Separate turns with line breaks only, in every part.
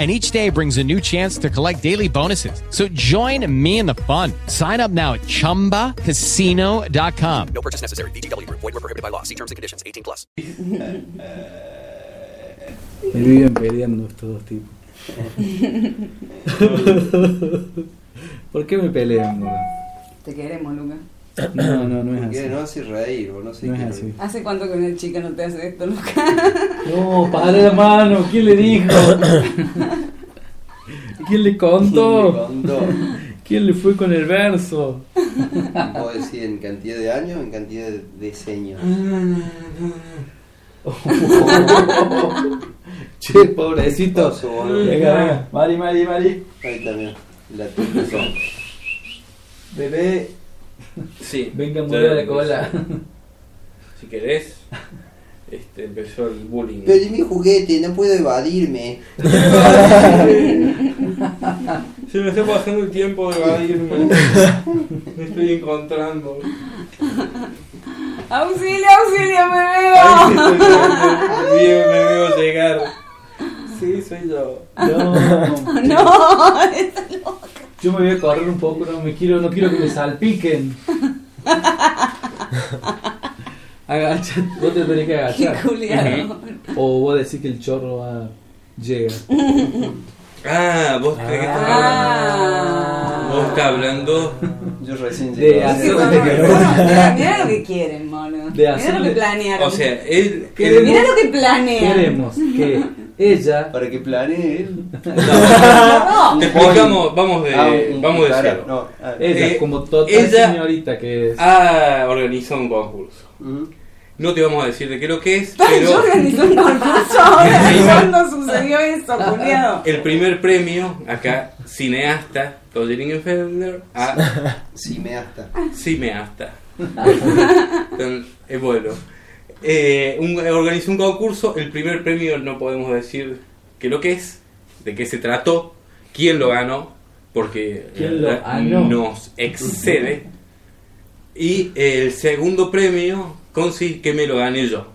and each day brings a new chance to collect daily bonuses. So join me in the fun. Sign up now at ChumbaCasino.com.
No purchase necessary. VGW Group. Void were prohibited by law. See terms and conditions. 18 plus.
Me viven peleando estos dos tipos. ¿Por qué me pelean, boludo?
Te queremos, Luca.
No, no, no
Porque
es
no
así.
hace reír, o no sé
No
qué.
es así.
¿Hace cuánto que una chica no te hace esto, Luca?
No, pará la mano, ¿quién le dijo? ¿Quién le contó?
Un montón.
¿Quién le fue con el verso?
Puedo decir en cantidad de años o en cantidad de, de
Ah,
seños.
Che, pobrecito.
Oso, boludo.
Venga, venga. Mari, Mari, Mari.
Ahí también. La tuya son.
Bebé.
Sí.
Venga,
Ya
mueve la
empezó.
cola.
Si querés, este, empezó el bullying.
Pero es mi juguete, no puedo evadirme.
Se me está pasando el tiempo de evadirme. me estoy encontrando.
¡Auxilio, auxilio, me
Ahí
veo!
sí estoy llegando. Bien, me veo llegar. Sí, soy yo.
No.
¡No! esa no.
Yo me voy a correr un poco, no me quiero, no quiero que me salpiquen. Agachate, vos te tenés que
¡Qué
agachar.
culiado!
O vos decís que el chorro va. llega.
Ah, vos crees que estás
Ah.
hablando. Vos estás hablando.
Yo recién
De
llegué.
hacer-
Qué
Eso te quedó.
bueno. Mira lo que quieren, mono.
De
Mira lo
hacerle-
que planearon.
O sea, él.
Queremos-
Mira lo que planean.
Queremos que ella.
Para que planee él.
No, no.
Te explicamos, vamos de,
Ah, un
vamos de
cucaracho.
cero.
No, ah,
Ella,
Eh,
como total
ella-
señorita que es.
Ah, organizó un concurso.
ujú.
No te vamos a decir de qué lo que es,
Yo
pero
organizo un concurso ahora. ¿Cuándo sucedió eso, culiado?
el primer premio acá, cineasta, Toyering Enfender, a
Sí, me hasta.
cineasta. Tan- Es bueno. Eh, un- organizó un concurso, el primer premio no podemos decir qué lo que es, de qué se trató, quién lo ganó, porque
¿Quién lo
eh,
ganó?
nos excede. Y el segundo premio, consi que me lo gané yo.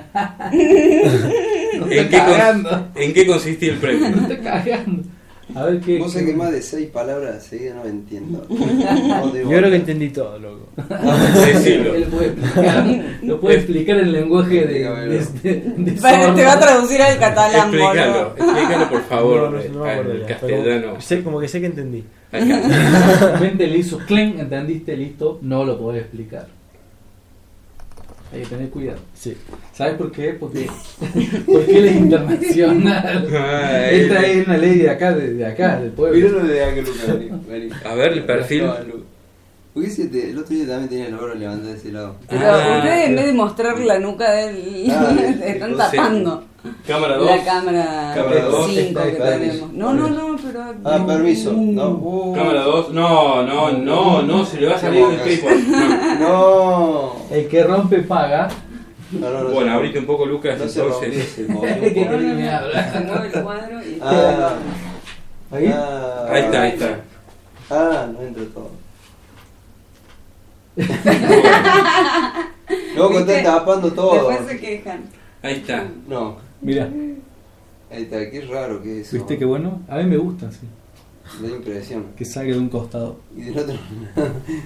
¿En, qué
cagando.
cons- ¿En qué consistía el premio?
Me está cagando. A ver qué.
Vos
qué-
sé que más de seis palabras seguidas no me entiendo. No debo-
Yo creo que entendí todo, loco.
Decilo.
Él puede explicar, lo puede explicar en lenguaje de, de, este de- de
Pero te va a
sordo.
traducir al catalán,
Explícalo,
mono.
explícalo por favor,
No, no, no me acuerdo
al
ya,
castellano.
pero sé- como que sé que entendí.
Acá.
Vente, le hizo clen, entendiste, listo, no lo podés explicar. Hay que tener cuidado.
Sí.
¿Sabes por qué? Porque, porque él es internacional.
Ah, él-
Esta es una ley de acá, de, de acá, del pueblo.
Míralo de acá, Luca. vení, vení.
A ver, el perfil.
No, Lu. Porque ese te- el otro día también tenía el oro levantado de ese lado.
Pero
Ah,
ustedes en vez de mostrar la nuca del...
Ah,
le están
sí.
tapando
Cámara 2.
la cámara
Cámara dos,
5 que
está de
tenemos. No, no, no, pero...
Ah, permiso. No.
Uh.
Cámara 2. No, no, no, no, se le va a salir del PayPal. No.
No.
El que rompe paga.
No, no, no.
Bueno, abrite un poco, Lucas,
No se rompió
entonces.
ese
El que
móvil.
me
Se
habla.
mueve el cuadro y...
Ah,
¿Ahí?
ah,
Ahí está, ahí está.
Ah, no entra todo. Loco,
¿Viste?
está tapando todo.
Después se quejan.
Ahí está.
No,
Mira,
ahí está, qué raro que es eso.
¿viste qué bueno? A mí me gustan, sí.
Da impresión.
Que salga de un costado.
Y del otro,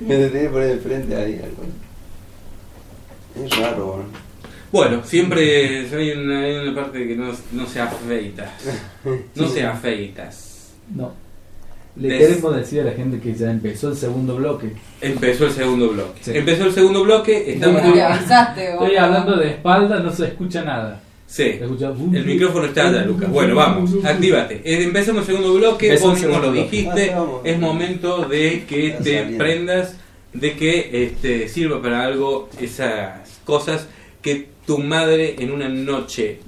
me lo tenés que poner de frente ahí. algo. Es raro, ¿eh? boludo.
Bueno, siempre hay una, hay una parte que no, no se afeitas. No se afeitas.
No. Le
Des-
queremos decir a la gente que ya empezó el segundo bloque.
Empezó el segundo bloque.
Sí.
Empezó el segundo bloque, estamos...
Porque avanzaste,
Estoy
boludo.
hablando de espalda, no se escucha nada.
Sí.
Se escucha-
El micrófono está allá, Lucas. Bueno, vamos, actívate. Eh, Empezamos el segundo bloque,
Empezó
vos
el
mismo
segundo
lo
bloque.
dijiste.
Ah, vamos.
Es momento de que
Está
te
saliendo.
prendas, de que este, sirva para algo esas cosas que tu madre en una noche,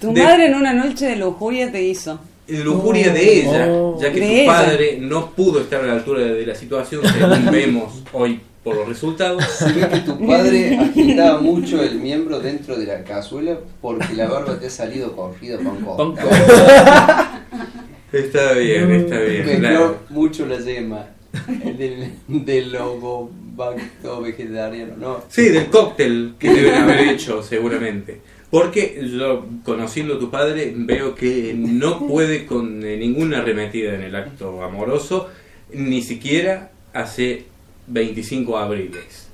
Tu
de-
madre en una noche de lujuria te hizo.
lujuria de ella,
Oh.
ya que
De
tu
ella.
padre no pudo estar a la altura de la situación, según vemos hoy por los resultados.
Se ve que tu padre agitaba mucho el miembro dentro de la cazuela porque la barba te ha salido corrida con
Con
costa.
Está bien, está
Me
bien.
quedó
claro.
mucho la yema del, del logobacto vegetariano, ¿no?
Sí, del cóctel que deben haber hecho, seguramente. Porque yo, conociendo a tu padre, veo que no puede con eh, ninguna arremetida en el acto amoroso, ni siquiera hace 25 abriles.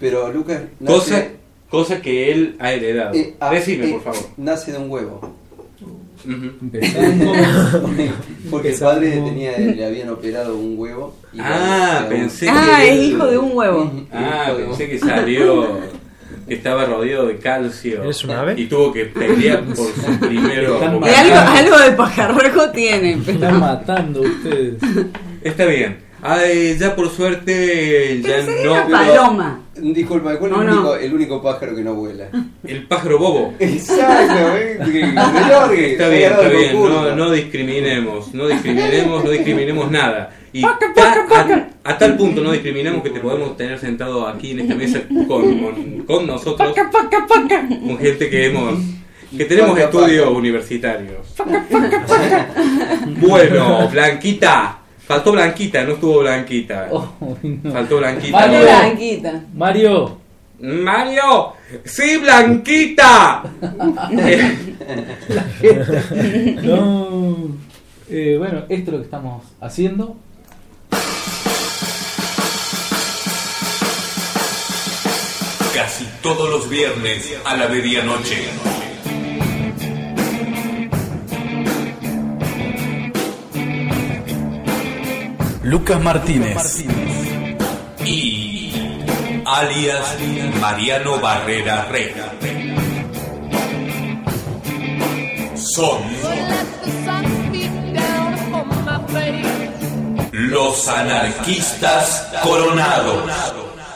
Pero Lucas nace-
Cosa, cosa que él ha heredado.
eh, ah,
Decime,
eh,
por favor.
Nace de un huevo.
Ujú.
Empezamos.
Porque el
Empezamos.
padre tenía, eh, le habían operado un huevo. y le
Ah,
habían-
pensé
Ah,
que...
es hijo de un huevo.
Ah,
Hijo de-
pensé que salió... Que estaba rodeado de calcio.
¿Eres un ave?
Y tuvo que pelear por su primero...
Están
Y algo, algo de pajarroco tiene,
Están
pero.
matando ustedes.
Está bien. Ay, ya por suerte ya
Pensé que
no
era
veo-
paloma.
Ah. Disculpa, ¿cuál es el,
No, Ah. no.
único, el único pájaro que no vuela?
el pájaro bobo.
Exacto, eh.
Está bien, está bien, no, no discriminemos, no discriminemos, no discriminemos nada. Y ta- a, a tal punto no discriminamos que te podemos tener sentado aquí en esta mesa con, con- con nosotros,
Paca, paca, paca.
con gente que hemos que tenemos
Paca,
estudios
paca.
universitarios. Bueno, Blanquita, faltó Blanquita, no estuvo Blanquita.
Oh, no.
Faltó Blanquita.
Vale.
Una
no.
blanquita.
Mario,
Mario, sí, Blanquita. Eh,
no. Eh, bueno, esto es lo que estamos haciendo.
Casi todos los viernes a la medianoche. Lucas Martínez. Y alias Mariano Barrera Rey. Son los anarquistas coronados.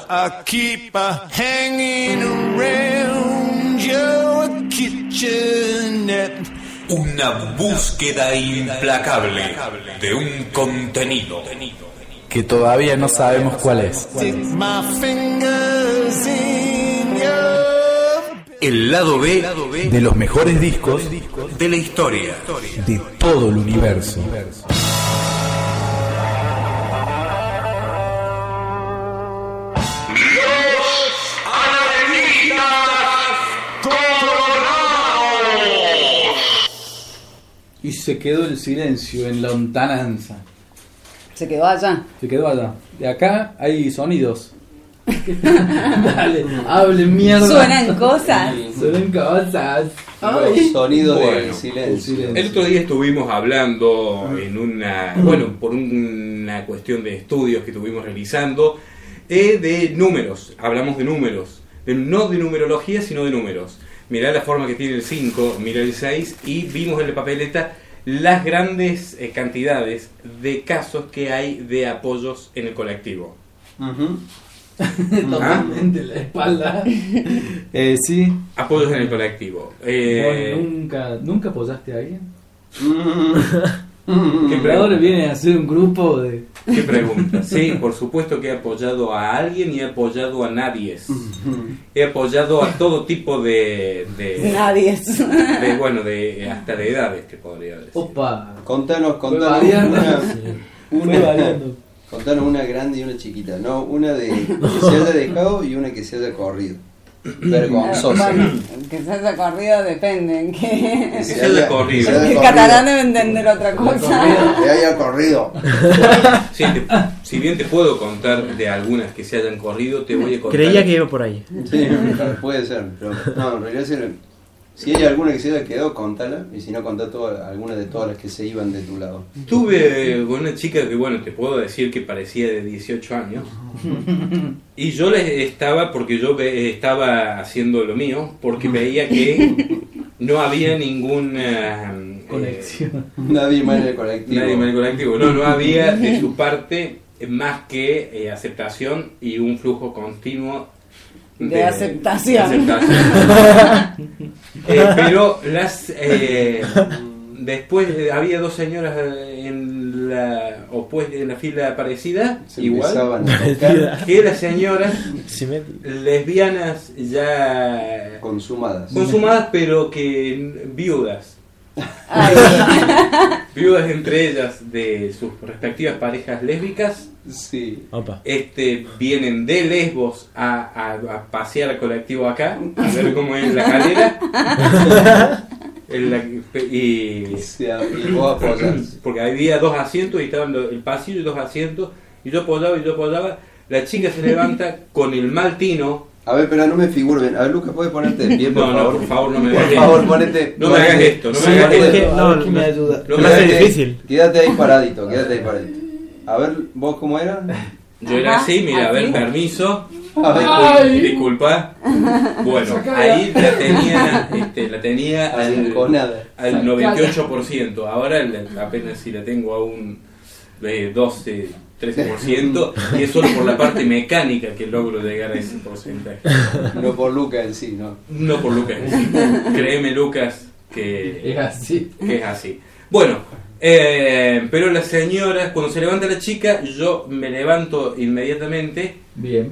I keep a hanging around your kitchenette.
Una búsqueda implacable de un contenido que todavía no sabemos cuál es.
Stick my fingers in your.
El lado B de los mejores discos de la historia de todo el universo.
Y se quedó el silencio en lontananza.
Se quedó allá.
Se quedó allá. De acá hay sonidos. Dale, hable mierda.
Suenan cosas.
Suenan cosas.
Los
Ay.
sonidos del
Bueno,
silencio.
El otro día estuvimos hablando en una, bueno, por una cuestión de estudios que estuvimos realizando, eh, de números, hablamos de números, de- no de numerología, sino de números. Mirá la forma que tiene el 5, mirá el 6 y vimos en la papeleta las grandes eh, cantidades de casos que hay de apoyos en el colectivo.
Ujú.
Totalmente la espalda. Eh, sí.
Apoyos en el colectivo. Eh,
Vos nunca, ¿Nunca apoyaste a alguien?
Mm.
¿qué
Pero ahora
pregunta?
viene a hacer un grupo de.
¿Qué pregunta? Sí, por supuesto que he apoyado a alguien y he apoyado a nadie. He apoyado a todo tipo de, de,
Nadie es.
de, bueno, de hasta de edades te podría decir.
Opa.
Contanos,
Fue
contanos.
variando.
una-
Fue variando.
Contanos una grande y una chiquita, no, una de que se haya dejado y una que se haya corrido. Vergonzosa.
Bueno, que se haya corrido depende. en
Que
Que
se haya corrido.
se haya
el
corrido.
catalán debe entender otra cosa.
Que haya corrido.
Sí, te- si bien te puedo contar de algunas que se hayan corrido, te voy a contar.
Creía que iba por ahí.
Sí, puede ser, pero no, en realidad sí, Si hay alguna que se haya quedado, contala. Y si no, contá toda, alguna de todas las que se iban de tu lado.
Tuve con una chica que, bueno, te puedo decir que parecía de 18 años. Y yo les estaba, porque yo ve- estaba haciendo lo mío, porque veía que no había ninguna... eh,
Conexión.
Nadie más en el colectivo.
Nadie más en el colectivo. No, no había de su parte más que eh, aceptación y un flujo continuo
De aceptación.
de aceptación. Eh, pero las eh, después eh, había dos señoras eh, en la opuesta en la fila parecida
Se
igual
empezaban a tocar
que las señoras
Si me-
lesbianas ya
consumadas.
consumadas pero que viudas
Ay,
viudas entre ellas de sus respectivas parejas lésbicas
Sí.
Opa.
este, vienen de Lesbos a, a- a pasear al colectivo acá, a ver cómo es la calera. En la- y,
Se aplicó a apoyarse.
porque había dos asientos y estaban lo- el pasillo y dos asientos, y yo apoyaba y yo apoyaba. La chica se levanta con el mal tino.
A ver, pero no me figuro bien. A ver, Lucas, ¿puedes ponerte de pie, por
No, no,
favor?
por favor, no me
Por
hagas
favor,
esto.
ponete.
No me hagas esto, no me
Sí,
hagas
es
esto.
que- no,
A ver quién
no.
me ayuda.
No me
me hace
hagas
Quédate-
esto.
difícil.
Quédate ahí paradito, quédate ahí paradito. A ver, ¿vos cómo era?
Yo era
Ajá,
así, mira, a ver,
así.
permiso.
A ver,
Discul- Disculpa. Bueno, ahí la tenía, este, la tenía al,
con nada.
al 98%. Ahora la- apenas si la tengo a un eh, 12, 13%. Y es solo por la parte mecánica que logro llegar a ese porcentaje.
No por Lucas en sí, ¿no?
No por Lucas. Créeme, Lucas, que
Es así.
que es así. Bueno, eh, pero las señoras, cuando se levanta la chica, yo me levanto inmediatamente
Bien.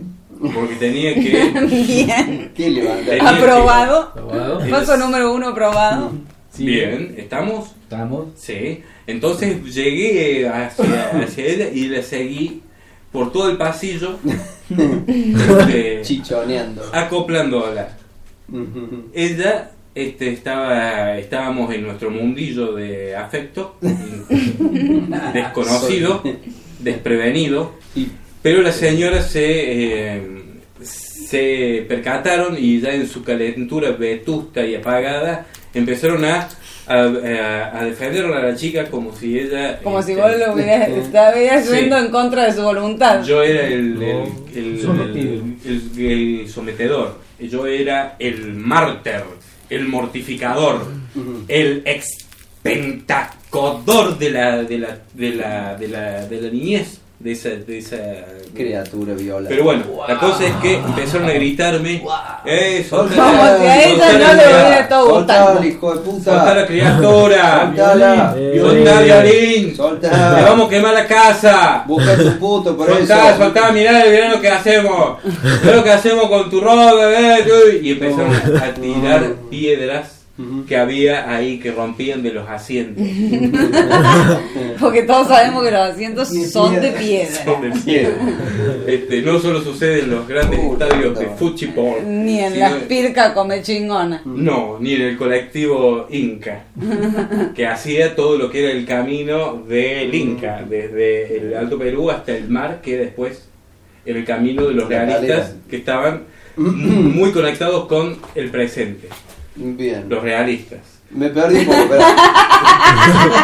porque tenía que...
bien.
¿Qué levanta?
Tenía que-
Aprobado.
Aprobado.
Paso número uno aprobado.
Sí.
Bien, ¿estamos?
Estamos.
Sí, entonces llegué eh, hacia, hacia ella y la seguí por todo el pasillo, este,
Chichoneando.
acoplándola.
Ujú.
Ella este, estaba, estábamos en nuestro mundillo de afecto, desconocido, desprevenido,
Y
pero las señoras se, eh, se percataron y ya en su calentura vetusta y apagada empezaron a, a, a- a defender a la chica como si ella...
Como si
este,
vos lo hubieras estado
Sí.
yendo en contra de su voluntad.
Yo era el, el, el-
Sometido.
el- el- el sometedor, yo era el mártir, el mortificador, el expentacodor de la, de la, de la, de la, de la niñez, de esa... De esa
criatura viola.
pero bueno, la cosa es que empezaron a gritarme, ¡eh, soltá
Como
la-
si a ella
soltá
no
la-
le hubiera todo
Soltala,
gustando.
hijo de
soltá la
puta.
criatura!
Soltala.
Eh.
¡Soltá el violín!
Soltá.
¡Le vamos a quemar la casa!
Busca tu puto por
Soltá,
eso.
soltá, mirá, mirá lo que hacemos, mirá lo que hacemos con tu ropa, eh, tú. y empezaron a tirar piedras que había ahí que rompían de los asientos.
Porque todos sabemos que los asientos
Ni
son de
piedra.
piedra.
de piedra. Este, no solo sucede en los grandes
Uh,
estadios de
no.
fútbol,
Ni en
sino-
las pircas come chingona.
No, ni en el colectivo Inca, que hacía todo lo que era el camino del
Mm.
Inca, desde el Alto Perú hasta el mar, que después era el camino de los
La
realistas
calera.
que estaban muy conectados con el presente,
Bien.
los realistas.
Me perdí un poco, pero.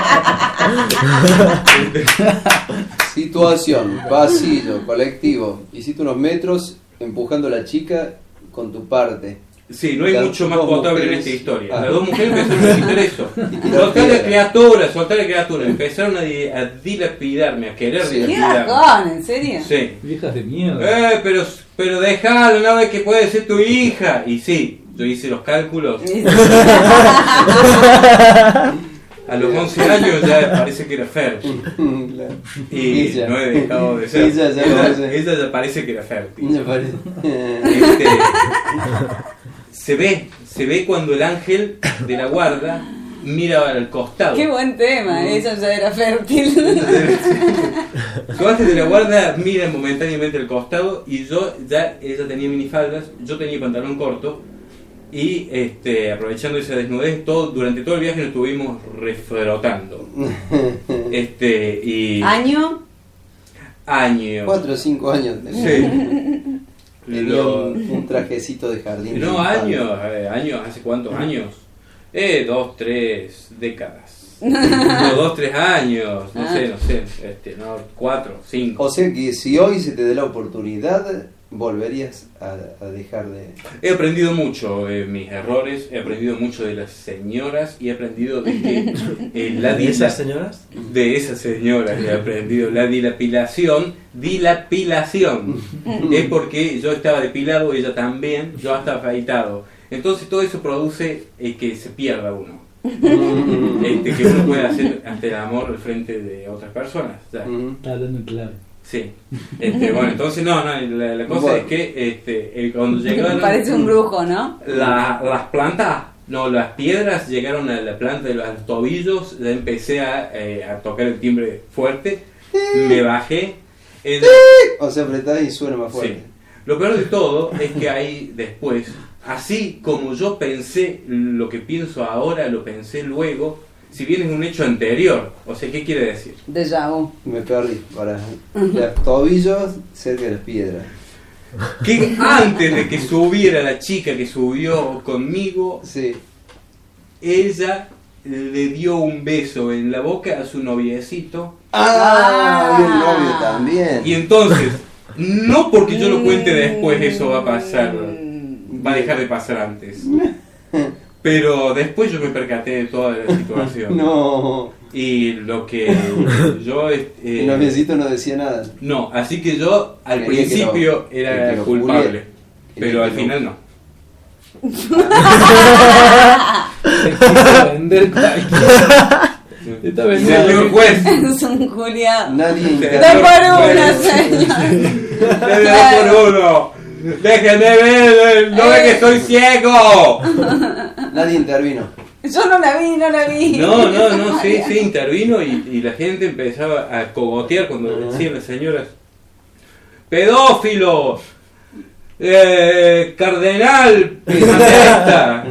Situación, pasillo, colectivo. Hiciste unos metros empujando a la chica con tu parte.
Sí, no hay
Las
mucho más
dos
potable en
mujeres.
esta historia.
Ah.
Las dos mujeres empezaron a gritar eso.
tirar
Soltar la
piedras.
criatura, soltar la criatura. Empezaron a, di- a dilapidarme, a querer
Sí.
¿Qué
dilapidarme.
bajón? ¿En serio?
Sí.
Viejas de mierda.
Eh, pero, pero dejalo, no ves que puede ser tu hija. Y sí, yo hice los cálculos. A los 11 años ya parece que era fértil.
Claro.
Y
Ella.
no he dejado de ser.
Ella ya lo hace.
ella ya parece que era fértil.
Me parece.
Este, se ve, se ve cuando el ángel de la guarda mira al costado. Mm.
Qué buen tema, ella ya era fértil.
Su ángel de la guarda mira momentáneamente al costado y yo ya, ella tenía minifaldas, yo tenía pantalón corto y este, aprovechando esa desnudez, todo, durante todo el viaje nos estuvimos refrotando. Este, y
Año,
años.
Cuatro o cinco años. tenía.
Sí.
Tenía
Lo-
un, un trajecito de jardín.
no,
sin Ah.
años, eh, años, ¿hace cuántos años? Eh, dos, tres décadas. No, dos, tres años. No
Ah.
sé, no sé. Este, no, cuatro, cinco.
O sea que si hoy se te da la oportunidad, volverías a, a dejar de...
He aprendido mucho de mis errores, he aprendido mucho de las señoras y he aprendido de que eh, la
¿De esas
señoras? De esas señoras he aprendido la dilapilación, dilapilación. es porque yo estaba depilado, ella también, yo hasta afeitado. Entonces todo eso produce eh, que se pierda uno. Este, que uno puede hacer ante el amor al frente de otras personas. ya.
Hablando en clave.
Sí. Este, bueno, entonces no, no, la, la cosa
Bueno.
es que este, eh, cuando llegaron...
Parece un brujo, ¿no?
La- las plantas, no, las piedras llegaron a la planta de los tobillos, ya empecé a, eh, a tocar el timbre fuerte, me bajé. eh,
O sea, apretás y suena más
sí.
fuerte.
Lo peor de todo es que ahí después, así como yo pensé lo que pienso ahora, lo pensé luego, si bien es un hecho anterior, o sea, ¿qué quiere decir?
Déjà vu.
Me perdí. Para los tobillos cerca de las piedras.
que
Ah.
antes de que subiera la chica que subió conmigo, ella le dio un beso en la boca a su noviecito.
Ah, y el novio también.
Y entonces, no porque yo lo cuente después, eso va a pasar. Va a dejar de pasar antes. Pero después yo me percaté de toda la situación.
No.
Y lo que yo... eh,
El noviecito no decía nada.
no, así que yo al
Quería que lo-
principio
que
era
lo
culpable,
puliera. Quería
pero
que
al
lo-
final no.
Está
vendiendo. Señor juez.
Es un Julián.
Nadie
Da por una, señor.
¡Me da por uno! ¡Déjenme ver! ¡No ve que estoy ciego!
Nadie intervino.
Yo no la vi, no la vi.
No, no, no, sí, sí, intervino y, y la gente empezaba a cogotear cuando
Ah.
decían las señoras ¡Pedófilo! Eh, ¡Cardenal! ¡Pisamesta!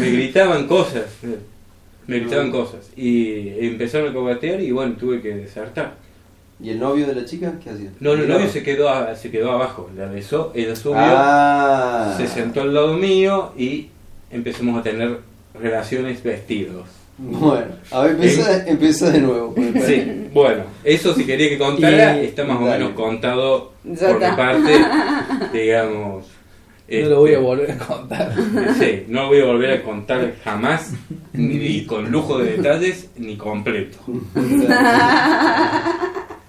Me gritaban cosas, eh, me gritaban
Ah.
cosas y empezaron a cogotear y bueno, tuve que desertar.
¿Y el novio de la chica qué hacía?
No, no, el novio se quedó, a- se quedó abajo, la besó, ella subió,
Ah.
se sentó al lado mío y empezamos a tener relaciones vestidos. Eh,
Bueno, a ver, empieza, empieza de nuevo. pues,
Sí, bueno, eso si quería que contara,
Y-
está más o
dale.
menos contado
Ya
por mi
está.
parte, digamos. este,
No lo voy a volver a contar.
Sí, no lo voy a volver a contar jamás, ni, ni con lujo de detalles, ni completo.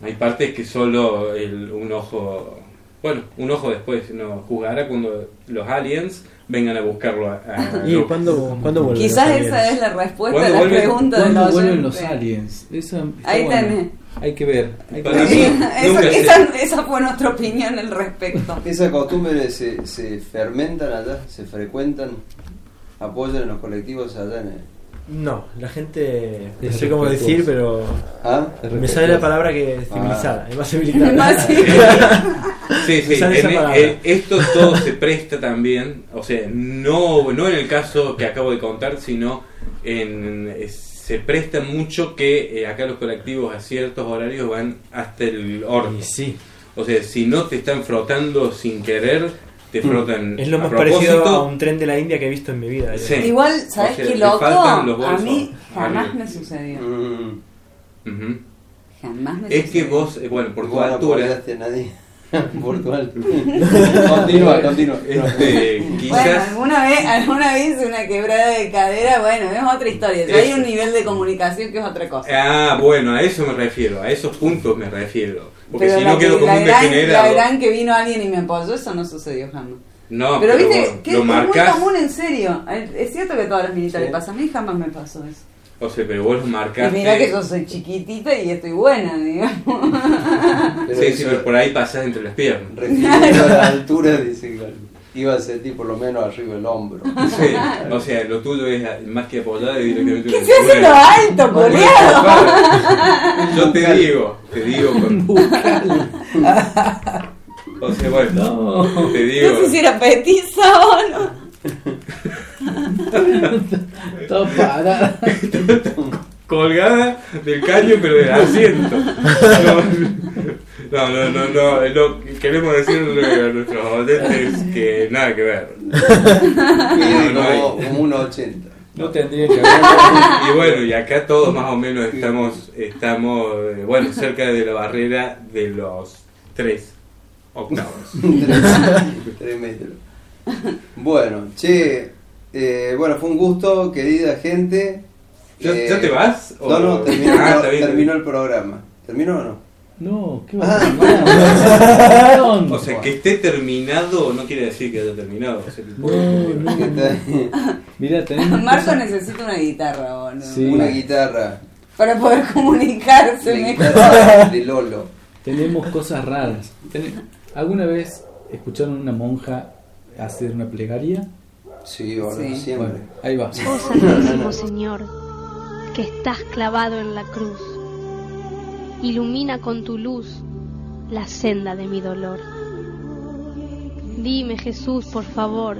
Hay partes que solo el- un ojo, bueno, un ojo después nos jugará cuando los aliens vengan a buscarlo. A, a-
¿Y cuándo, cuándo vuelve?
Quizás
Los
esa es la respuesta a
¿Cuándo
la
vuelven?
pregunta de
¿Cuándo
los
vuelven los aliens? Eso está
Ahí
bueno.
tenés.
Hay que ver. Hay que
Para
ver.
mí,
Esa, esa, esa fue nuestra opinión al respecto.
Esa costumbre se, se fermentan allá, se frecuentan, apoyan a los colectivos allá en el-
No, la gente. No
Es
sé cómo
respetuoso.
decir, pero.
¿Ah?
Me sale la palabra que es
Ah.
civilizada. Es más civilizada.
Más
Sí, sí,
Me sale esa
en-
palabra.
en- esto todo se presta también, o sea, no, no en el caso que acabo de contar, sino en, eh, se presta mucho que eh, acá los colectivos a ciertos horarios van hasta el horno. O sea, si no te están frotando sin querer, te frotan.
Mm. Es lo
a
más parecido
propósito.
a un tren de la India que he visto en mi vida.
Sí.
Igual, ¿sabes
O sea,
qué
le
loco?
faltan los
A
bolsos. Mm.
mí jamás
Arriba.
me sucedió.
Ujú.
Jamás me
Es que
sucedió.
vos, eh, bueno, por tu
Bueno,
altura.
apoyaste a nadie. Por tu altura. continúa, continúa.
Este, quizás.
Bueno, alguna vez, alguna vez hice una quebrada de cadera, bueno, es otra historia. Ya hay un nivel de comunicación que es otra cosa.
Ah, bueno, a eso me refiero, a esos puntos me refiero. Porque
Pero
si
la
no
que-
quedo como
la
un
gran,
degenerado.
La gran que vino alguien y me apoyó, eso no sucedió jamás.
No,
pero,
pero
viste,
vos
que
lo
es muy
marcás.
común, en serio. Es cierto que a todas las militas
Sí.
le pasa, a mí jamás me pasó eso.
O sea, pero vos los
Y
marcaste.
mira que yo soy chiquitita y estoy buena, digamos.
Sí, sí, pero por ahí pasás entre las piernas.
Refiriendo a la altura, dice que iba a sentir por lo menos arriba el hombro.
Sí, o sea, lo tuyo es más que apoyado y directamente.
¿Qué se hace lo alto,
culiado? Yo te digo, te digo. con- O sea, bueno, te digo.
No sé si era petiza o no.
Todo para.
colgada del caño pero del asiento. No, no, no, no, no, lo- queremos decirle a nuestros oyentes que nada que ver.
Mide
No, no hay.
como, como un 80.
No tendría que
y bueno, y acá todos más o menos estamos, estamos eh, bueno, cerca de la barrera de los tres octavos.
Tres metros. Bueno, che, eh, bueno, fue un gusto, querida gente.
¿Ya-
Eh,
ya te vas?
No, no,
¿O-
terminó,
Ah, está bien, está
terminó el programa. ¿Terminó o no?
No, qué
O sea, que esté terminado no quiere decir que haya terminado. O sea, que puede-
Mira,
Marco necesita una guitarra, boludo.
Una guitarra.
Para poder comunicarse
La
mejor.
guitarra de Lolo.
Tenemos cosas raras. Ten- ¿Alguna vez escucharon a una monja hacer una plegaria?
Sí, boludo, Sí. siempre.
Bueno, ahí va.
Oh Santísimo Señor, que estás clavado en la cruz, ilumina con tu luz la senda de mi dolor. Dime, Jesús, por favor,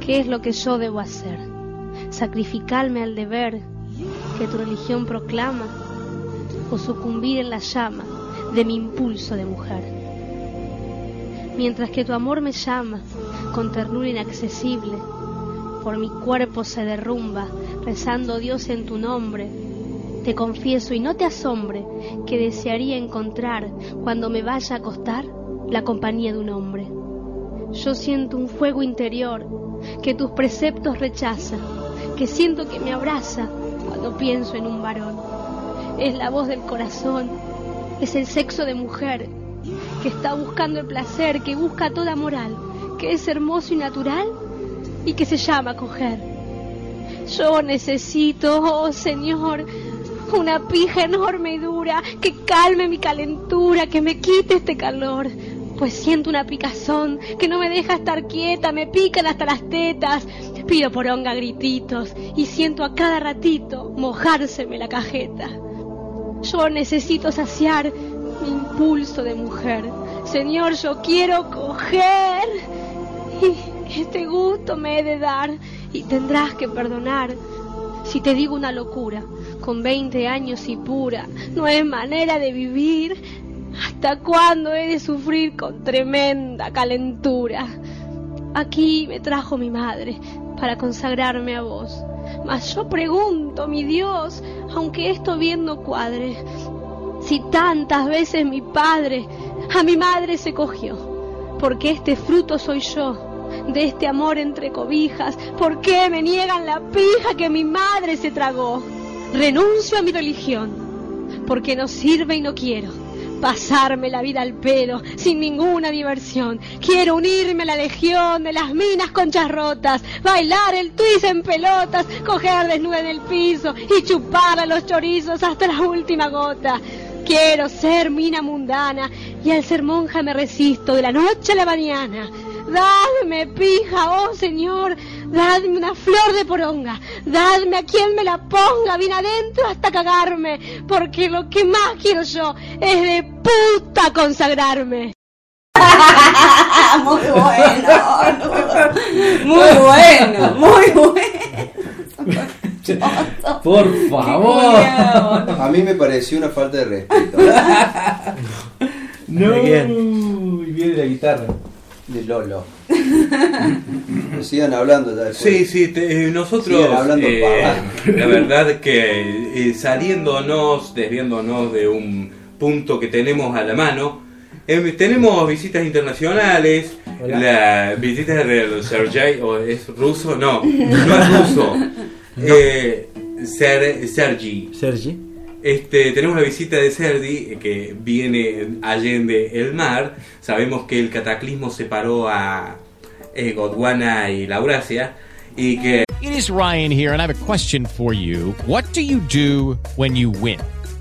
¿qué es lo que yo debo hacer? ¿Sacrificarme al deber que tu religión proclama o sucumbir en la llama de mi impulso de mujer? Mientras que tu amor me llama con ternura inaccesible, por mi cuerpo se derrumba, rezando Dios en tu nombre. Te confieso y no te asombre que desearía encontrar, cuando me vaya a acostar, la compañía de un hombre. Yo siento un fuego interior que tus preceptos rechaza, que siento que me abraza cuando pienso en un varón. Es la voz del corazón, es el sexo de mujer, que está buscando el placer, que busca toda moral, que es hermoso y natural y que se llama coger. Yo necesito, oh Señor, una pija enorme y dura que calme mi calentura, que me quite este calor. Pues siento una picazón que no me deja estar quieta, me pican hasta las tetas. Pido poronga a grititos y siento a cada ratito mojárseme la cajeta. Yo necesito saciar mi impulso de mujer. Señor, yo quiero coger. Y este gusto me he de dar y tendrás que perdonar. Si te digo una locura, con 20 años y pura, no es manera de vivir. ¿Hasta cuándo he de sufrir con tremenda calentura? Aquí me trajo mi madre para consagrarme a vos. Mas yo pregunto, mi Dios, aunque esto bien no cuadre, si tantas veces mi padre a mi madre se cogió, porque este fruto soy yo, de este amor entre cobijas, ¿por qué me niegan la pija que mi madre se tragó? Renuncio a mi religión, porque no sirve y no quiero pasarme la vida al pedo sin ninguna diversión. Quiero unirme a la legión de las minas conchas rotas, bailar el twist en pelotas, coger desnuda en el piso y chupar a los chorizos hasta la última gota. Quiero ser mina mundana y al ser monja me resisto de la noche a la mañana. Dadme pija, oh Señor, dadme una flor de poronga, dadme a quien me la ponga bien adentro hasta cagarme, porque lo que más quiero yo es de puta consagrarme.
Muy bueno. Muy bueno, muy bueno.
Por favor.
A mí me pareció una falta de respeto.
No. Y viene la guitarra.
De Lolo. sigan hablando ya después.
Sí, sí, te- eh, nosotros,
Sigan hablando
eh,
pavadas.
la verdad que eh, saliéndonos, desviándonos de un punto que tenemos a la mano, eh, tenemos visitas internacionales, la visita del Sergei, o es ruso, no, no es ruso, eh, Ser- Sergi.
Sergi.
Este, tenemos la visita de Sergi eh, que viene allende el mar. Sabemos que el cataclismo separó a eh, Gondwana y Laurasia y que
It is Ryan here, and I have a question for you. What do you do when you win?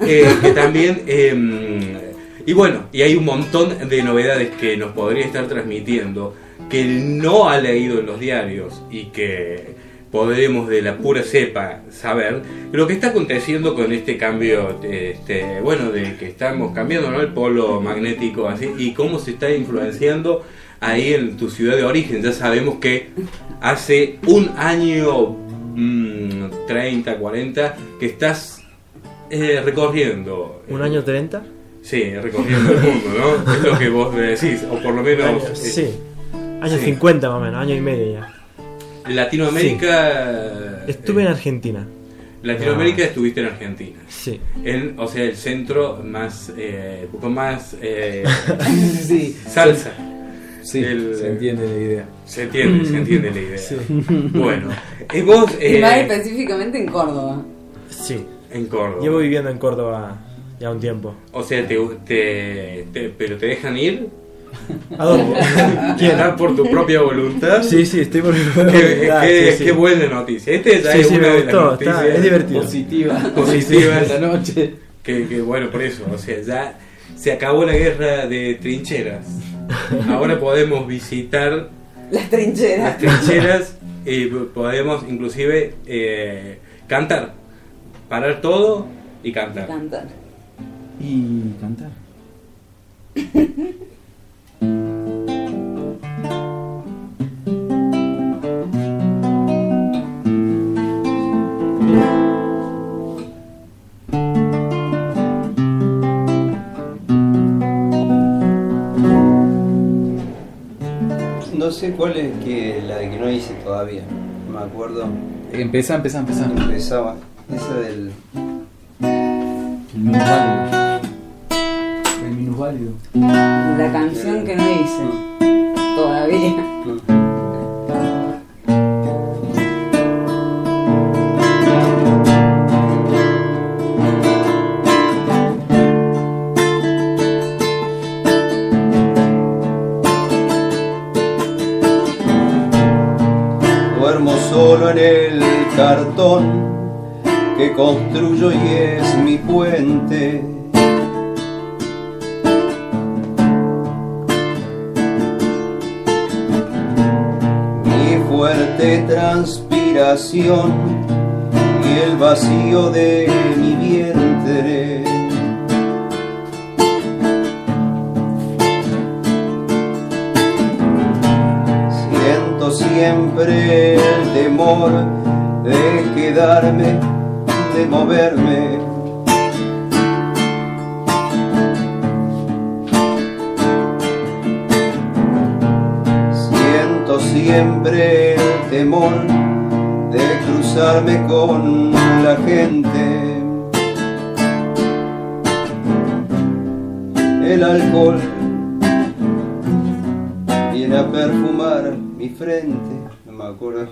eh, que también, eh, y bueno, y hay un montón de novedades que nos podría estar transmitiendo, que no ha leído en los diarios y que podremos de la pura cepa saber lo que está aconteciendo con este cambio, este, bueno, de que estamos cambiando ¿no? el polo magnético así y cómo se está influenciando ahí en tu ciudad de origen. Ya sabemos que hace un año, mm, 30, 40, que estás eh, recorriendo.
¿Un año 30?
Sí, recorriendo el mundo, ¿no? Es lo que vos me decís, o por lo menos... eh,
Años- sí. Años
sí.
50 más o menos, año y medio ya.
Latinoamérica...
Estuve en Argentina.
Latinoamérica estuviste en Argentina.
Ah. Sí.
En, o sea, el centro más. Eh, con más. eh,
Sí.
salsa.
Sí,
El-
se entiende la idea.
Se entiende, se entiende la idea.
Sí.
Bueno, y vos.
Y
eh,
más específicamente en Córdoba.
Sí.
En Córdoba.
Llevo viviendo en Córdoba ya un tiempo.
O sea, te, te- te- ¿pero te dejan ir?
¿A dónde? ¿Quién?
¿Estás por tu propia voluntad?
Sí, sí, estoy por mi
Qué,
voluntad,
qué-
sí, sí.
qué buena noticia. Este ya
Sí,
es
sí,
una
me
de
gustó,
las noticias
está- es divertido.
Positiva.
Positiva.
Positiva la noche.
Que, que bueno, por eso. O sea, ya se acabó la guerra de trincheras. Ahora podemos visitar
Las trincheras.
las trincheras y p- podemos inclusive eh, cantar. Parar todo y cantar.
Cantar.
Y cantar.
No sé cuál es que la que no hice todavía. Me acuerdo.
Empezá, empezá, empezá.
Empezaba. Esa del.
El minusválido. El minusválido.
La canción que no hice. Todavía.
Duermo solo en el cartón que construyo y es mi puente. Mi fuerte transpiración y el vacío de mi vientre. Siento siempre el temor de quedarme, de moverme. Siento siempre el temor de cruzarme con la gente. El alcohol viene a perfumar mi frente. No me acuerdo.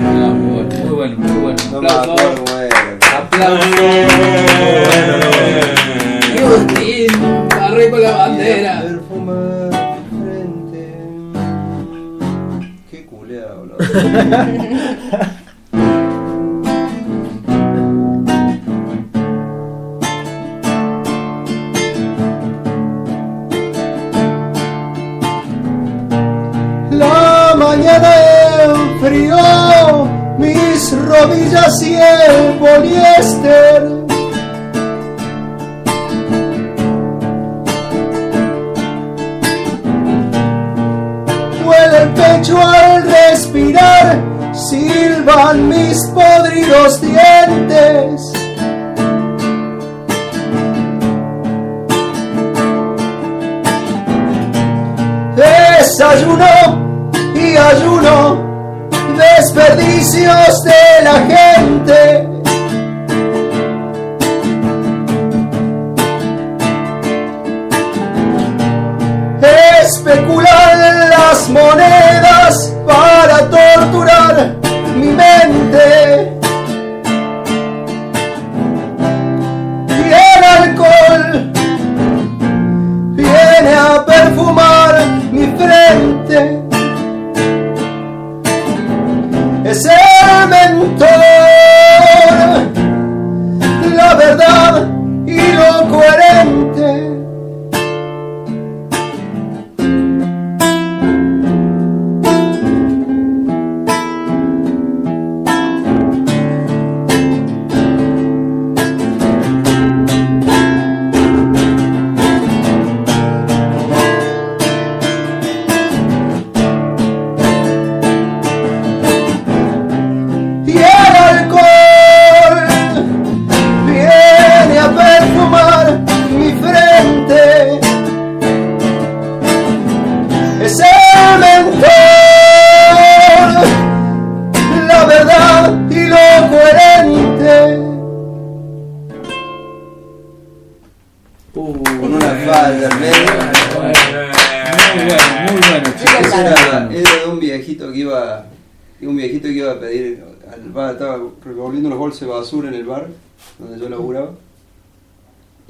No, muy bueno, muy bueno, muy bueno.
No me
Ah,
Aplausos.
acuerdo. bueno.
Aplausos. Agustín, arre con la bandera.
Qué culea, boludo. La mañana enfrió mis rodillas y el poliéster. Huele el pecho al respirar, silban mis podridos dientes. Desayuno y ayuno, desperdicios de la gente. Especulan las monedas para torturar mi mente. Y el alcohol viene a perfumar mi frente. Es el mentor, la verdad y lo coherente.
iba a pedir, al bar, estaba revolviendo los bolsos de basura en el bar, donde yo laburaba.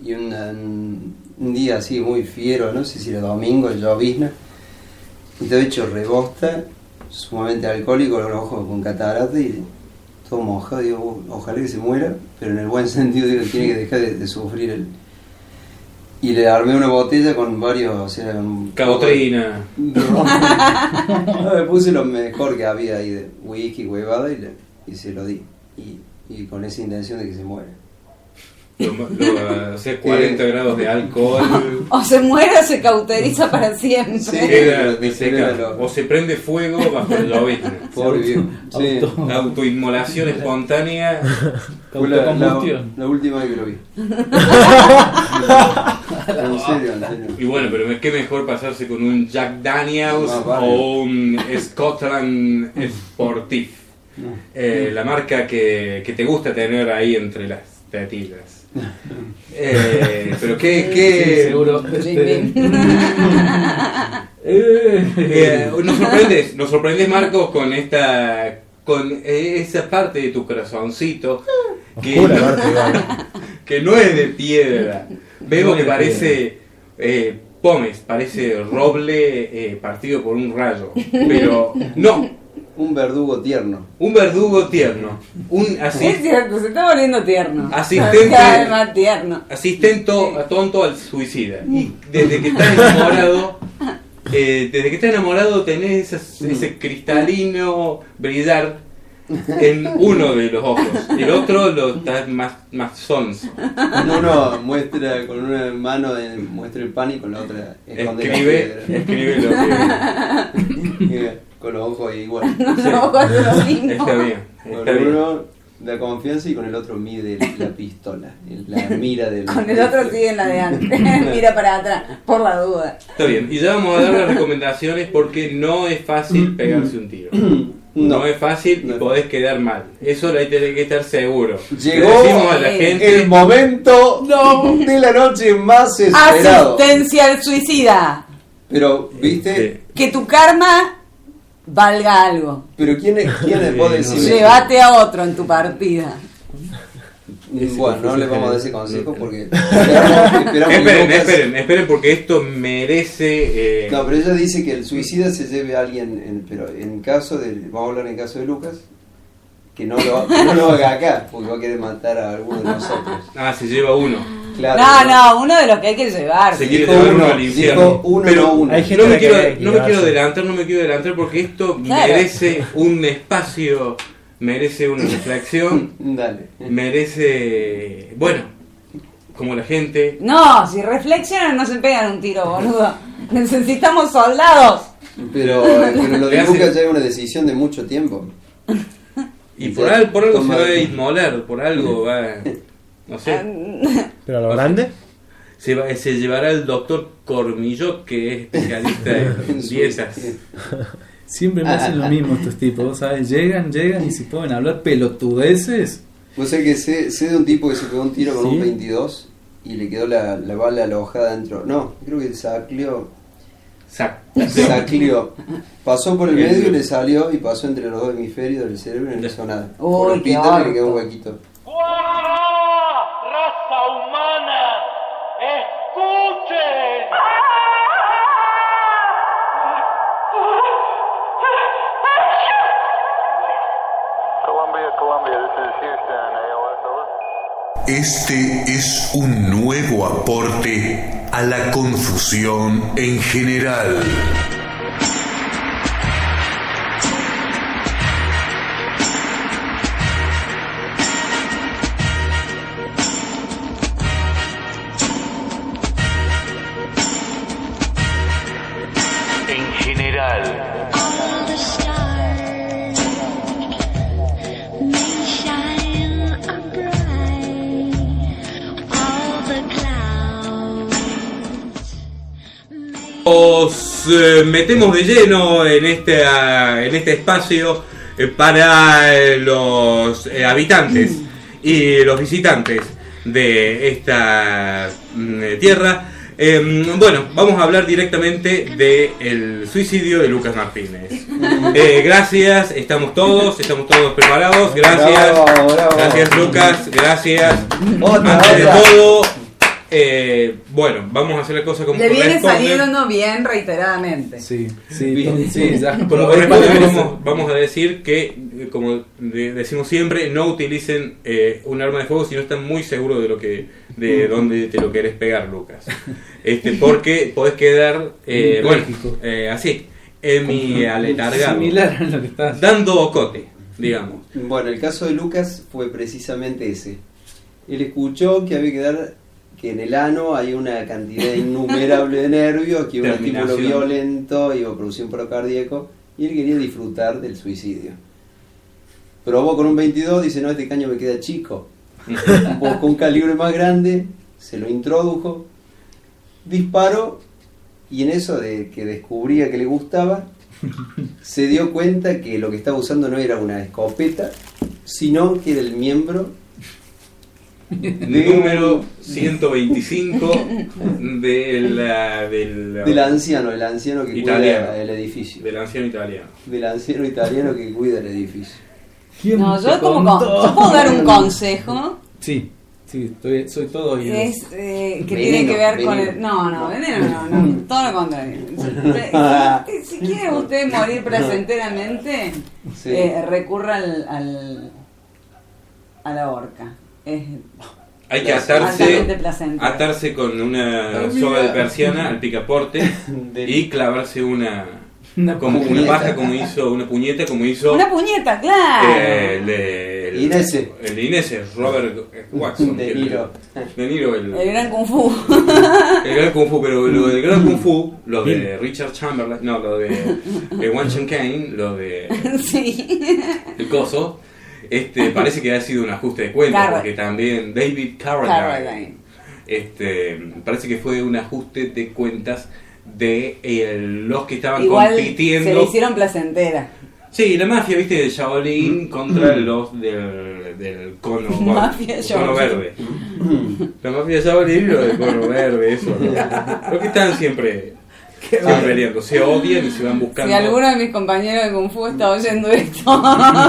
Y una- un, un día así muy fiero, no sé si era domingo, llovizna, y todo hecho rebosta, sumamente alcohólico, los ojos con catarata y todo mojado, digo, "Oh, ojalá que se muera, pero en el buen sentido digo, tiene que dejar de, de sufrir el... Y le armé una botella con varios... O sea, con-
Cabotrina.
no, me puse lo mejor que había ahí de whisky, huevada y, le- y se lo di. Y, y con esa intención de que se muera.
Lo- lo- o sea, 40 Ah, grados de alcohol.
O se muere o se cauteriza para siempre.
Queda seca. O se prende fuego bajo el lobismo.
Por Dios. Sí.
La autoinmolación espontánea.
Fue la, la- la última vez que lo vi. en serio, en serio.
Y bueno, pero qué mejor pasarse con un Jack Daniels
Ah, vale.
o un Scotland Sportif. Eh, la marca que, que te gusta tener ahí entre las tetillas. Eh, pero qué, qué...
Sí, seguro. Este-
Eh, nos sorprendes, nos sorprendes Marcos con esta con eh, esa parte de tu corazoncito que,
Ah, Oscura, aparte, igual.
que no es de piedra. Veo
No
que
es de
parece eh, pomes, parece roble eh, partido por un rayo, pero no.
Un verdugo tierno.
Un verdugo tierno. Un
Es
asistente
cierto, se está volviendo tierno.
Asistente.
Cada vez más tierno.
asistento tonto al suicida.
Mm.
Y desde que estás enamorado, eh, desde que estás enamorado tenés esas-
Mm.
ese cristalino brillar en uno de los ojos. El otro lo estás más, más sonso.
Uno muestra con una mano eh, muestra el pan y con la otra esconde la
Escribe,
piedra.
escribe lo que...
Mira, con los ojos ahí igual.
lo mismo. Está bien, está
Con
bien.
uno da confianza y con el otro mide la pistola, el- la mira del.
Con el otro sigue en la de antes. Mira para atrás, por la duda.
Está bien. Y ya vamos a dar las recomendaciones porque no es
Mm.
fácil pegarse un tiro. No, es fácil y podés quedar mal. Eso ahí tenés que estar seguro.
Llegó
Le decimos a la gente
el momento de la noche más esperado.
Asistencia al suicida.
Pero, ¿viste?
Que tu karma valga algo.
Pero ¿quién es, quién es vos decís?
Llévate a otro en tu partida.
Bueno, no le vamos a dar ese consejo porque esperamos que
esperen,
Lucas-
esperen, esperen porque esto merece... eh,
No, pero ella dice que el suicida se lleve a alguien, en- pero en caso de, vamos a hablar en caso de Lucas, que no lo, que no lo haga acá, porque va a querer matar a alguno de nosotros.
Ah, se lleva uno.
Claro.
No, no, uno de los que hay que llevar.
Se quiere llevar uno al infierno.
dijo uno,
Pero
no uno. Hay gente
no me
que
quiero,
quiere
no me quiero
quedarse.
adelantar, no me quiero adelantar porque esto
Claro.
merece un espacio, merece una reflexión, merece, bueno, como la gente,
No, si reflexionan no se pegan un tiro, boludo. Necesitamos soldados.
Pero, pero lo de Lucas ya es una decisión de mucho tiempo.
y por, al- por algo
Toma-
se va a inmolar, por algo va, no sé,
¿Pero a lo grande?
se, va- se llevará el doctor Cormillot que es especialista en piezas.
Siempre me hacen lo mismo estos tipos, ¿vos ¿sabes? Llegan, llegan y si pueden hablar pelotudeces.
Vos sabés que sé, sé de un tipo que se pegó un tiro con
¿Sí?
un 22 y le quedó la, la bala alojada dentro. No, creo que saclió. Saclió. Pasó por el
El-
medio y le salió y pasó entre los dos hemisferios del cerebro y no le hizo nada.
Uy,
por el
qué
pito le
harto.
quedó un huequito.
raza humana, escuchen.
Este es un nuevo aporte a la confusión en general.
En general.
Os eh, metemos de lleno en este, ah, en este espacio eh, para eh, los eh, habitantes y los visitantes de esta mm, eh, tierra. Em, bueno, vamos a hablar directamente del suicidio de Lucas Martínez. Eh, gracias, estamos todos, estamos todos preparados. Gracias,
Bravo, bravo.
gracias Lucas, gracias.
Otra,
Antes de
otra.
todo, eh, bueno, vamos a hacer la cosa como
Le viene
corresponde.
saliendo bien reiteradamente.
Sí,
Eh,
sí, sí, ya.
Como
Por
corresponde,
eso.
vamos, vamos a decir que, eh, como de- decimos siempre, no utilicen eh, un arma de fuego si no están muy seguros de lo que de
Mm.
dónde te lo querés pegar, Lucas. Este, porque podés quedar, eh,
Mm,
bueno,
trágico.
eh, así, en mi
Como-
aletargado.
similar a lo que estás.
Dando ocote, digamos.
Bueno, el caso de Lucas fue precisamente ese. Él escuchó que había que dar que en el ano hay una cantidad innumerable de nervios, que hubo un estímulo
Terminación.
violento, iba a producir un paro cardíaco, y él quería disfrutar del suicidio. Probó con un 22, dice, no, este caño me queda chico. Buscó un calibre más grande, se lo introdujo, disparó, y en eso de que descubría que le gustaba, se dio cuenta que lo que estaba usando no era una escopeta, sino que era el miembro
Número 125 de la, del,
del anciano, el anciano que
Italiano.
cuida el edificio.
Del anciano italiano.
Del anciano italiano que cuida el edificio.
No,
te
yo como con-
contó?
yo puedo dar un consejo
Sí, sí, estoy, soy todo oídos.
es, eh, que
Veneno,
tiene que ver con
veneno.
el... No, no, veneno no, no, todo lo contrario. Si- Si quiere usted morir placenteramente,
Sí.
eh, recurra al, al- a la horca. Es
Hay que
altamente
atarse,
placentero.
atarse con una soga de persiana al picaporte y clavarse una,
Una
como una
puñeta.
paja como hizo una puñeta como hizo
Una puñeta, claro.
eh, el, el-
Inese.
el Inese, Robert Watson
De
que-
Niro.
De Niro, el,
El gran kung fu.
el gran kung fu pero lo del gran kung fu lo de Richard Chamberlain no lo de, de Wang Chun Kane lo de
sí.
el coso este parece que ha sido un ajuste de cuentas
Carradine.
porque también David Carradine
Caroline.
este, parece que fue un ajuste de cuentas de eh, los que estaban
Igual se le
compitiendo.
hicieron placentera.
Sí, la mafia, viste, de Shaolin contra los del, del cono,
Mafia
cono
Shaolin.
verde. La mafia de Shaolin y lo del cono verde, eso. Lo, lo que están siempre, siempre peleando. Se odian y se van buscando.
Si alguno de mis compañeros de Kung Fu está oyendo esto,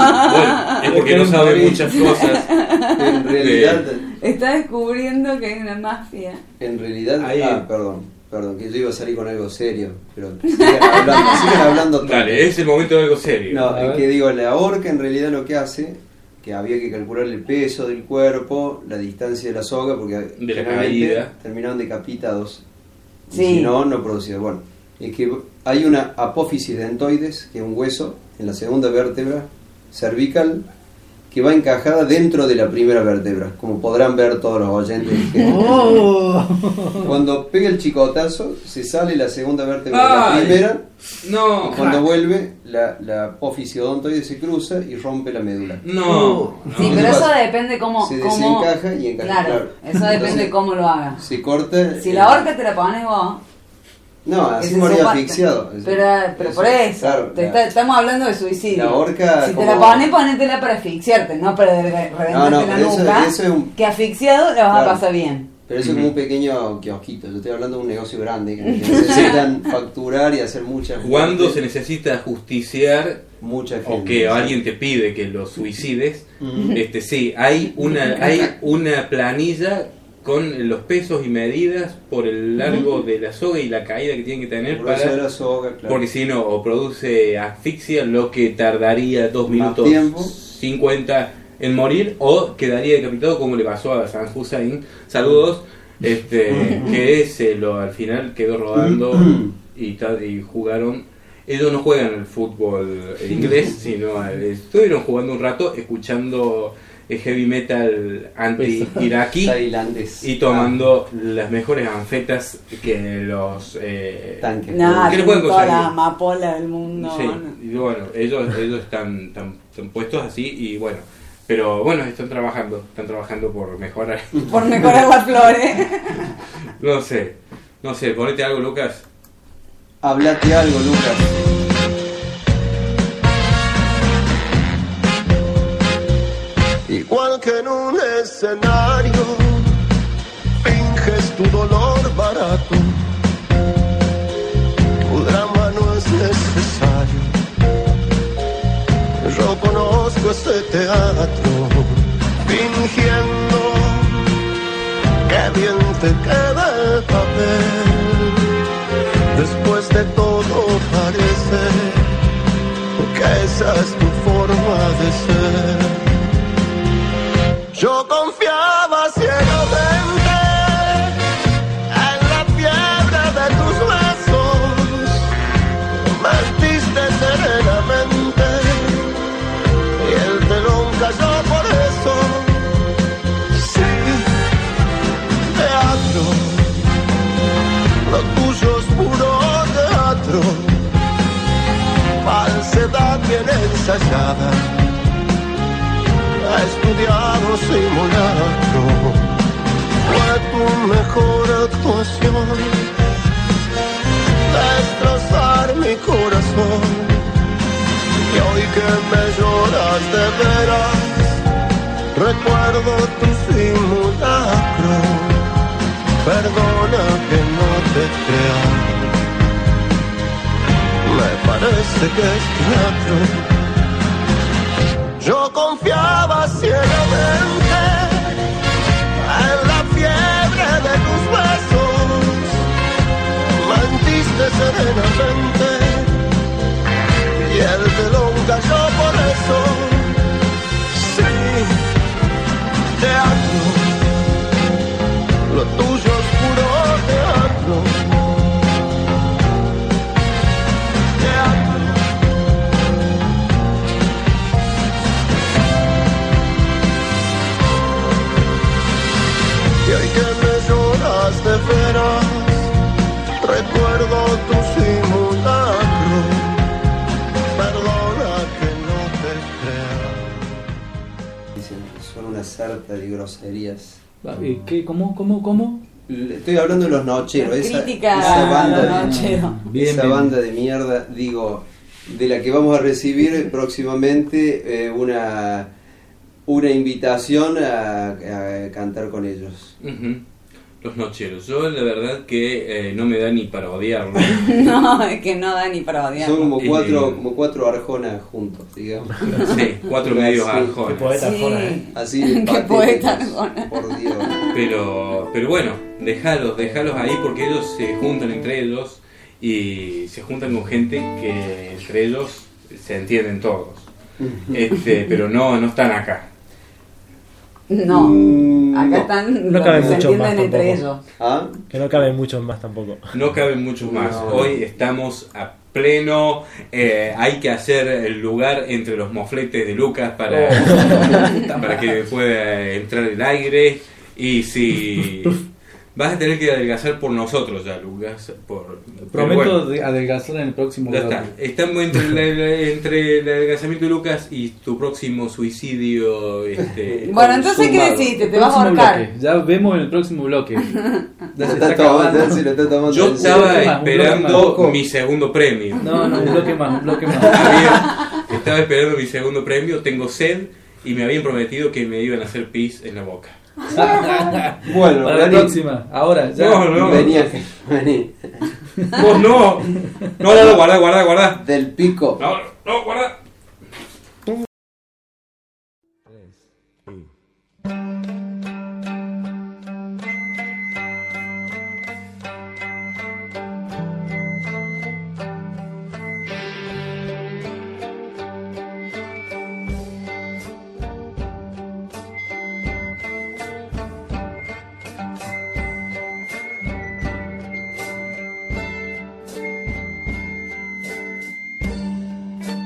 Bueno, es porque no sabe muchas cosas.
En realidad,
está descubriendo que es una mafia.
en realidad, ah, perdón, perdón, que yo iba a salir con algo serio, pero sigan hablando, sigan hablando todo.
Dale, es el momento de algo serio.
No, es que digo, la horca en realidad lo que hace, que había que calcular el peso del cuerpo, la distancia de la soga, porque
la
generalmente
caída.
terminaron decapitados. Y
Sí.
Si no, no producía. Bueno, es que hay una apófisis dentoides, que es un hueso, en la segunda vértebra cervical, que va encajada dentro de la primera vértebra, como podrán ver todos los oyentes. que- Cuando pega el chicotazo, se sale la segunda vértebra de
Ay.
la primera.
No,
Y cuando
crack.
vuelve, la, la apófisis odontoide se cruza y rompe la médula.
No.
Sí,
Entonces
pero eso
pasa-
depende cómo.
Se
cómo-
desencaja y encaja.
Claro,
claro.
eso depende
Entonces,
de cómo lo hagas.
Se corta.
Si
eh,
la horca te la pones vos.
No,
que
así
se
moría
sopaste.
asfixiado.
Pero, pero por eso,
claro,
te
la-
está- estamos hablando de suicidio.
La horca
Si te
como-
la pones, ponétela para asfixiarte, no para de- reventarte
No, no,
la
pero eso-
nuca.
eso es un-
Que asfixiado la vas
Claro.
a pasar bien.
Pero eso es como un pequeño kiosquito. Yo estoy hablando de un negocio grande que necesitan facturar y hacer muchas
Cuando se necesita justiciar
Mucha gente.
o que alguien te pide que lo suicides, este sí, hay una hay una planilla con los pesos y medidas por el largo de la soga y la caída que tienen que tener
Por eso
para
era soga, claro.
porque si no o produce asfixia lo que tardaría dos
Más
minutos
tiempo.
50 en morir o quedaría decapitado como le pasó a San Hussein. Saludos. Este, que se lo al final quedó rodando y, tal, y jugaron. Ellos no juegan el fútbol inglés, sino al- estuvieron jugando un rato escuchando eh, heavy metal anti-iraquí
Tailandés.
y tomando las mejores anfetas que los eh,
Tanques.
Nada,
que le
con
pueden
toda
conseguir.
la amapola del mundo.
Sí,
no.
y bueno, ellos, ellos están, tan puestos así y bueno, pero bueno, están trabajando, están trabajando por mejorar.
Por mejorar las flores.
No sé, no sé, ponete algo, Lucas.
Hablate algo, Lucas.
Igual que en un escenario, finges tu dolor barato. de este teatro, fingiendo que bien te queda el papel. Después de todo parece que esa es tu forma de ser. Yo confiaba ciegamente en la fiebre de tus besos, mentiste serenamente y el telón cayó por eso. Sí, teatro, lo tuyo es puro teatro, falsedad bien ensayada, estudiado simulacro, fue tu mejor actuación. Destrozar mi corazón y hoy que me lloras de veras, recuerdo tu simulacro. Perdona que no te crea. Me parece que es teatro. Yo confiaba ciegamente en la fiebre de tus besos. Mentiste serenamente y el telón cayó por eso. Sí, teatro, lo tuyo es puro teatro. Teatro. Y hoy que me lloras de veras, recuerdo tu simulacro. Perdona que no te crea.
Dicen, son una sarta de groserías.
Eh, ¿Qué? ¿Cómo? ¿Cómo? ¿Cómo?
Estoy hablando de los nocheros, esa,
Crítica
esa
a
banda,
los nocheros.
De, esa banda de mierda, digo, de la que vamos a recibir próximamente eh, una, una invitación a, a cantar con ellos.
Ujú. Los nocheros. Yo la verdad que eh, no me da ni para odiarlo.
No, es que no da ni para odiar.
Son como
Eh,
cuatro, como cuatro arjonas juntos, digamos.
Sí, cuatro medios arjonas. Qué poeta arjona, Sí. eh.
Así de
Qué
patéticos.
poeta arjona.
Por Dios.
Pero, pero bueno, dejalos, dejalos ahí porque ellos se juntan entre ellos y se juntan con gente que entre ellos se entienden todos. Este, pero no, no están acá.
No, acá están
No
los
cabe
que se
mucho más
entienden entre ellos.
tampoco. Que no caben muchos más tampoco.
¿Ah? No caben muchos más.
No.
Hoy estamos a pleno. eh, hay que hacer el lugar entre los mofletes de Lucas para,
Oh.
para que pueda entrar el aire. Y si. Vas a tener que adelgazar por nosotros ya, Lucas. Por, pero bueno.
Prometo de adelgazar en el próximo
Ya está.
bloque.
Estamos entre, el- el- entre el adelgazamiento de Lucas y tu próximo suicidio. Este,
Bueno, entonces, ¿qué
consumado.
deciste? Te vas a
Próximo
ahorcar.
bloque. Ya vemos en el próximo bloque. Ya se
Lo está tomando, sí, lo está tomando.
Yo
Sí, un
estaba
bloque más, un bloque
esperando
más.
mi segundo premio.
No, no, un bloque más, un bloque más.
Estaba esperando mi segundo premio, tengo sed y me habían prometido que me iban a hacer pis en la boca.
Bueno,
para la
vení.
próxima. Ahora, ya.
No, no.
Vení, Ángel, vení.
Vos no. No, no, no, guardá, guardá, guardá.
Del pico.
No, no, guardá.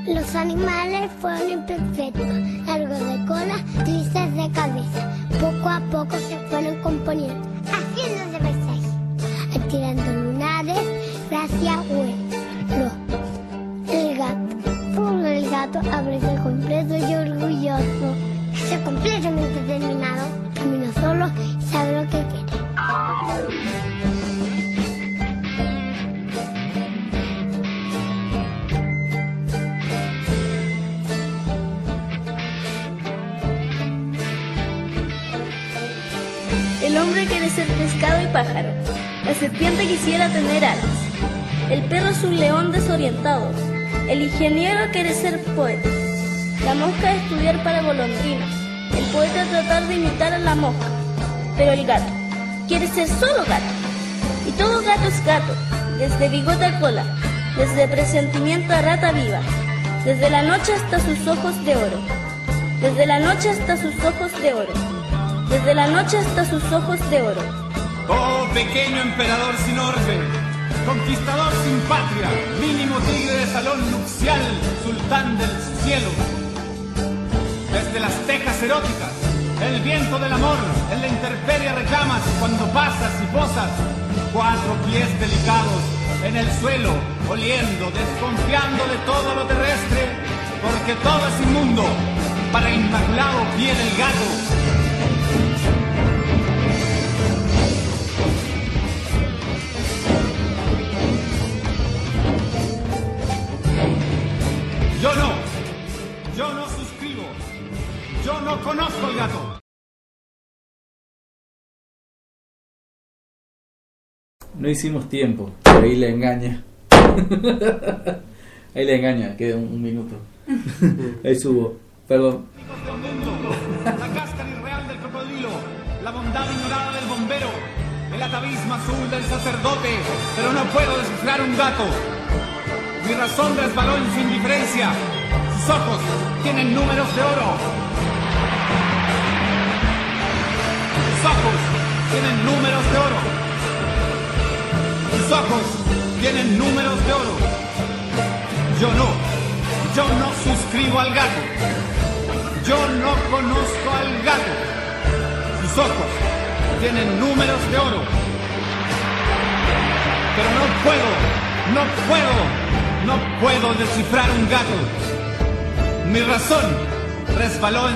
Los animales fueron imperfectos, algo de cola, tristes de cabeza. Poco a poco se fueron componiendo, haciendo de paisaje, estirando lunares, gracias vuelo. El gato, todo el gato abrió completo y orgulloso. Está completamente terminado, camina solo y sabe lo que quiere.
El hombre quiere ser pescado y pájaro. La serpiente quisiera tener alas. El perro es un león desorientado. El ingeniero quiere ser poeta. La mosca estudiar para golondrina. El poeta tratar de imitar a la mosca. Pero el gato quiere ser solo gato. Y todo gato es gato. Desde bigote a cola. Desde presentimiento a rata viva. Desde la noche hasta sus ojos de oro. Desde la noche hasta sus ojos de oro. Desde la noche hasta sus ojos de oro.
Oh, pequeño emperador sin orden, conquistador sin patria, mínimo tigre de salón nupcial, sultán del cielo. Desde las tejas eróticas, el viento del amor, en la intemperie reclamas cuando pasas y posas. Cuatro pies delicados en el suelo, oliendo, desconfiando de todo lo terrestre, porque todo es inmundo. Para inmaculado viene el gato. Yo no, yo no suscribo, yo no conozco el gato.
No hicimos tiempo, pero ahí le engaña. ahí le engaña, queda un, un minuto. ahí subo, perdón.
La cáscara irreal del cocodrilo, la bondad ignorada del bombero, el atavismo azul del sacerdote, pero no puedo descifrar un gato. Mi razón resbaló en su indiferencia. Sus ojos tienen números de oro. Sus ojos tienen números de oro. Sus ojos tienen números de oro. Yo no, yo no suscribo al gato. Yo no conozco al gato. Sus ojos tienen números de oro. Pero no puedo, no puedo, no puedo descifrar un gato. Mi razón resbaló en...